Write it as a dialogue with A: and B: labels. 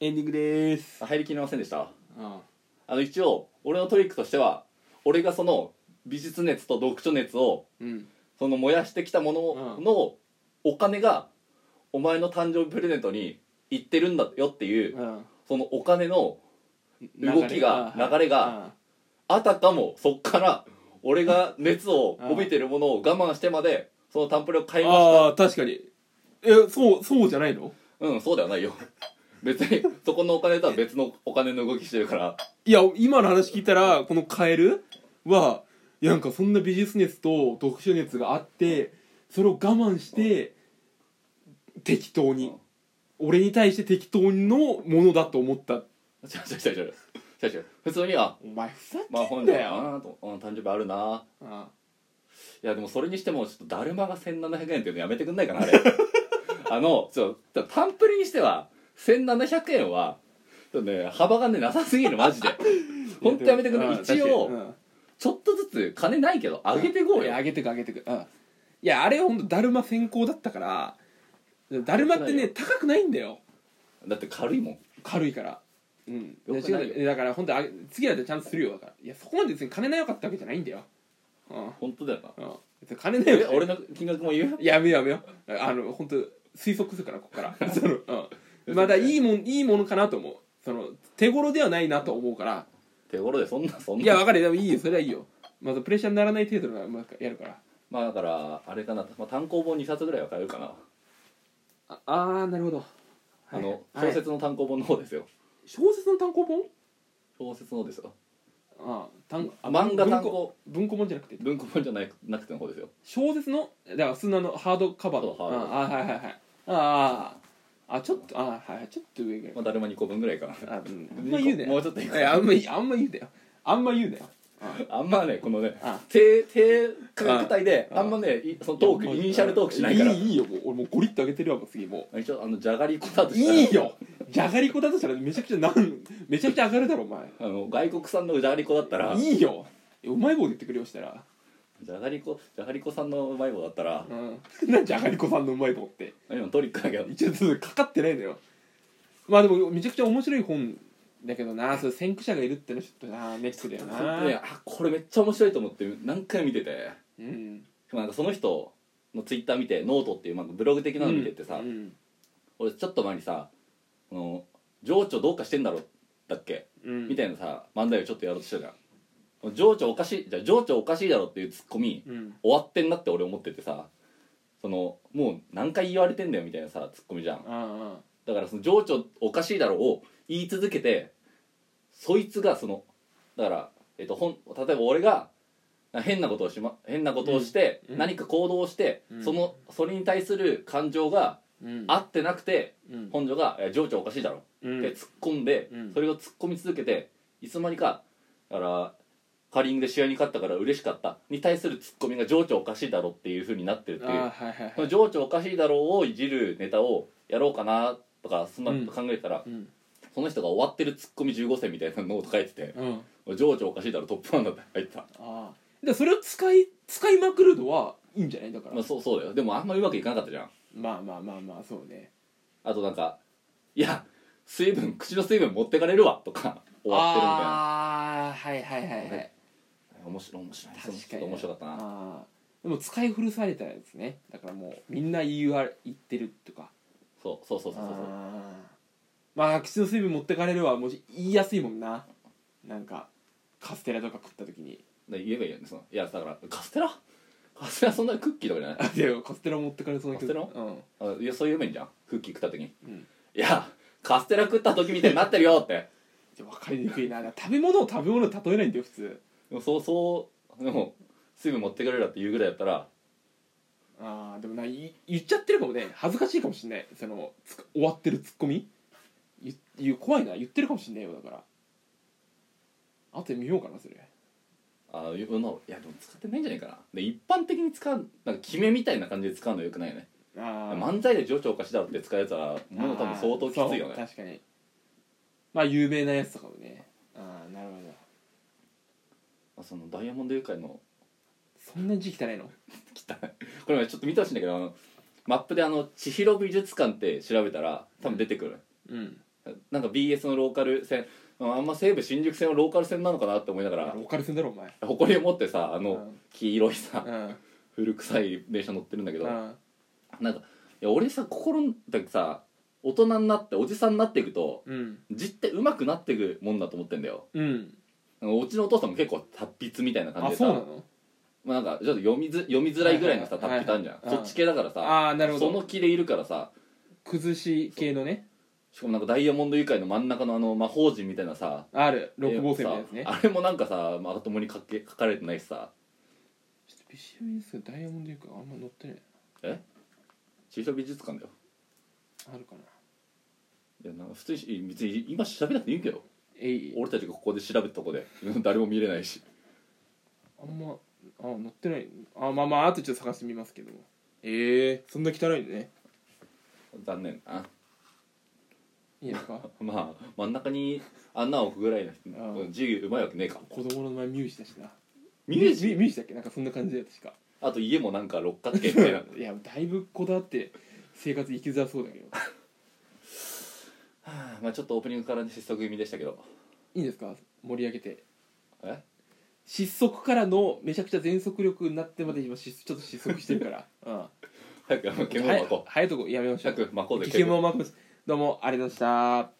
A: エンディングでーす
B: あ入りきれませんでした
A: あ
B: あの一応俺のトリックとしては俺がその美術熱と読書熱を
A: うん
B: その燃やしてきたもののお金がお前の誕生日プレゼントに行ってるんだよっていう
A: うん
B: そのお金の動きが
A: 流れ
B: 流れがあたかもそっから俺が熱を
A: うん
B: 帯びてるものを我慢してまでそのタンプレを買いまし
A: ああ確かにえそうそうじゃないの
B: たうんそうではないよ 別にそこのお金とは別のお金の動きしてるから
A: いや今の話聞いたらこのカエルはいやなんかそんな美術熱と読書熱があってそれを我慢して適当に俺に対して適当のものだと思った
B: 違う違う違う違う違う普通にあ
A: お前ふざ
B: まあ
A: け
B: 本
A: ん
B: 日
A: な
B: だ
A: よ
B: なと、うん、誕生日あるな
A: あ
B: いやでもそれにしてもちょっとだるまが1700円っていうのやめてくんないかなあ れあのちょっとタンプリにしては1700円はちょっとね幅がねなさすぎるマジ で本当やめてくんない一応、ちょっとずつ金ないけど上げていこう
A: い
B: よ
A: や上げてく上げてくうんいやあれは本当だるま先行だったからだるまってね高くないんだよ
B: だって軽いもん
A: 軽いからうん
B: よくないよ
A: いやだから本当あげ次だってちゃんとするよだからいやそこまで別に金なよかったわけじゃないんだようん
B: 本当だ よな
A: うん別に金な
B: え
A: よ
B: 俺の金額も言う
A: やめようやめようあの本当推測するからここから その、うん、まだいいもんいいものかなと思うその手頃ではないなと思うから
B: 手頃でそんなそんない
A: やわかるよでもいいよそれはいいよまずプレッシャーにならない程度のまあやるから
B: まあだからあれかな、まあ、単行本2冊ぐらいは買えるかな、
A: ああーなるほど
B: あの
A: はい
B: 小説の単行本の方ですよ
A: 小説の単行本
B: 小説の方ですよ
A: ああ単あ
B: 漫画単
A: 文庫
B: 行
A: 文庫本じゃなくて
B: 文庫本じゃなくなくての方ですよ
A: 小説のだから普通のあのハードカバーの
B: そうハード
A: ああはいはいはいあああちょっとああはいはいちょっと上ぐらい
B: まあ、だるま2個分ぐらいかな
A: あうんあんま言うね
B: もうちょっといいか
A: やあんま言うあんま言うだよあんま言うだよ
B: あんまねこのね
A: あ
B: 低低価格帯で
A: あ
B: あんまねいそのトークイニシャルトークしないから
A: いいいいよもう俺もうゴリッと上げてるわもう次も
B: 一応あのじゃがりこだと
A: う
B: したら
A: いいよじゃがりこだとしたらめちゃくちゃなんめちゃくちゃ上がるだろお前
B: あの外国産のじゃがりこだったら
A: いいようまい棒で言ってくれよしたら
B: じゃがりこじゃがりこさんのうまい棒だったら
A: うんなんじゃがりこさんのうまい棒って
B: 今トリックだけど
A: 一応ちょっとかかってないのよまあでもめちゃくちゃ面白い本だけどなそれ先駆者がいるってのはちょっとなネックだよ
B: 本当にね
A: な
B: あこれめっちゃ面白いと思って何回も見ててで
A: うん
B: もなんかその人のツイッター見てノートっていうなんかブログ的なの見ててさ、
A: うん
B: 俺ちょっと前にさこの情緒どうかしてんだろだっけ
A: うん
B: みたいなさ漫才をちょっとやろうとしたじゃん情緒おかしいじゃあ情緒おかしいだろっていうツッコミ
A: うん
B: 終わってんなって俺思っててさそのもう何回言われてんだよみたいなさツッコミじゃん
A: ああ
B: だからその情緒おかしいだろを言い続けてそいつがそのだから、えっと、ほん例えば俺が変なことをし、ま、変なことをして、
A: うんうん
B: 何か行動をして、
A: うん
B: そのそれに対する感情が
A: うん
B: 合ってなくて、
A: うん
B: 本女がえ「情緒おかしいだろ」
A: うん
B: で突っ込んで、
A: うん
B: それを突っ込み続けていつの間にかだからカーリングで試合に勝ったから嬉しかったに対する突っ込みが情緒おかしいだろっていうふうになってるって
A: あ
B: い
A: あは
B: う
A: いはい
B: そ
A: は
B: の
A: い
B: 情緒おかしいだろうをいじるネタをやろうかなとかそんなこと考えたら、
A: うん
B: その人が終わってる突っ込み15選みたいなノート書いて て
A: うん
B: 情緒おかしいだろトップワンだって入ってた、
A: ああでそれを使い使いまくるのはいいんじゃないだから
B: まあ、そうそうだよでもあんまうまくいかなかったじゃん
A: まあまあまあまあそうね
B: あとなんか「いや水分口の水分持ってかれるわ」とか終わってるみたいな
A: ああはいはいはいはい
B: 面白い面白い
A: 確
B: ち
A: か
B: ょっ
A: に
B: と面白かったな
A: あーでも使い古されたやつねだからもうみんな言わ言ってるとか
B: そうそうそうそうそ
A: あ
B: う
A: ーまあ口の水分持ってかれるはもし言いやすいもんななんかカステラとか食った時に
B: で言えばいいよねそのいやだからカステラ カステラそんなクッキーとかじゃない
A: あでもカステラ持ってかれそうな気がする
B: カス
A: うん
B: あいやそう言えばいいんじゃんクッキー食った時に
A: うん
B: いやカステラ食った時みたいになってるよって
A: じゃあ分かりにくいなだから食べ物を食べ物に例えないんだよ普通
B: でもそうそうでも水分持ってくれるだって言うぐらいだったら
A: ああでもない言っちゃってるかもね恥ずかしいかもしんないそのつ終わってるツッコミ言言う怖いな言ってるかもしんないよだから後で見ようかなそれ
B: あいやのいやでも使ってないんじゃないかなで一般的に使うなんか決めみたいな感じで使うのよくないよね
A: ああ
B: 漫才で情緒おかしだろって使うやつはもう多分相当きついよ
A: そう
B: ね
A: 確かにまあ有名なやつとかもねああなるほど
B: あそのダイヤモンド誘拐の
A: そんな字汚いの
B: 汚いこれちょっと見てほしいんだけどあのマップであの千尋美術館って調べたら多分出てくる、
A: うん
B: なんか BS のローカル線うんあんま西武新宿線はローカル線なのかなって思いながら
A: お金せんだろお前
B: 誇りを持ってさあ
A: う
B: の
A: ん
B: 黄色いさ
A: うん
B: 古臭い電車乗ってるんだけど
A: うん
B: なんかいや俺さ心だけさ大人になっておじさんになっていくと
A: うん
B: 字って上手くなっていくもんだと思ってんだよ
A: うん
B: うちのお父さんも結構達筆みたいな感じ
A: あ
B: で
A: そうな
B: さ
A: の
B: まあなんかちょっと読みづ読みづらいぐらいのさ
A: はいはいはい
B: 達筆あんじゃん
A: うん
B: そっち系だからさ
A: ああなるほ
B: その
A: ど
B: 気でいるからさ
A: 崩し系のね
B: しかもなんかダイヤモンド愉快の真ん中のあの魔法陣みたいなさ
A: ある六芒星みたいなやつ
B: 絵
A: ね
B: もさあれもなんかさまともに書け書かれてないしさ
A: ちょっとビシュビですけどダイヤモンドユークあんま乗ってない
B: 中小美術館だよ
A: あるかない
B: やなんか普通に別に今調べなくていいけど
A: えい
B: 俺たちがここで調べたとこで 誰も見れないし
A: あんまあ乗ってないあまあまああとちょっと探してみますけどええそんな汚いんでね
B: 残念あ
A: いいですか
B: まあ真ん中に穴を置くぐらいの
A: う
B: 人字うまいわけねえか
A: 子供の名前ミュージだしな
B: ミュー
A: ミ
B: ジ
A: ミュージだっけなんかそんな感じだよ確か
B: あと家もなんか六角形みたいな
A: いやだいぶこだわって生活生きづらそうだけど
B: はあまあちょっとオープニングから失速気味でしたけど
A: いいですか盛り上げて
B: え
A: 失速からのめちゃくちゃ全速力になってまで今失ちょっと失速してる から、うん、
B: 早くあの煙を
A: は
B: 巻
A: い
B: こ
A: 早いとこやめま
B: う
A: しょう
B: 早 く巻こうで
A: 危険もまこうですどうもありがとうございました